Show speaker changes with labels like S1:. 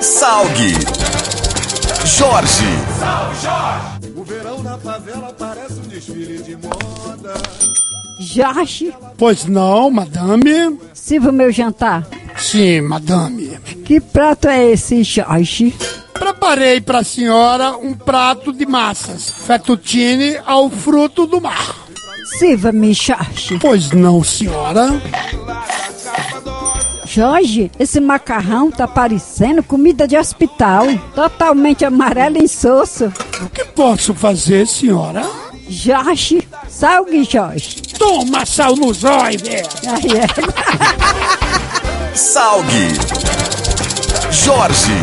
S1: Salgue. Jorge.
S2: O verão na favela parece um desfile de moda.
S3: Jorge,
S4: Pois não, madame?
S3: sirva o meu jantar.
S4: Sim, madame.
S3: Que prato é esse, Jorge?
S4: Preparei para a senhora um prato de massas, fettuccine ao fruto do mar.
S3: Sirva-me, Jorge.
S4: Pois não, senhora?
S3: Jorge, esse macarrão tá parecendo comida de hospital. Totalmente amarelo e insosso.
S4: O que posso fazer, senhora?
S3: Jorge, salgue, Jorge.
S4: Toma sal no zóio, velho!
S3: Aí é.
S1: Salgue. Jorge.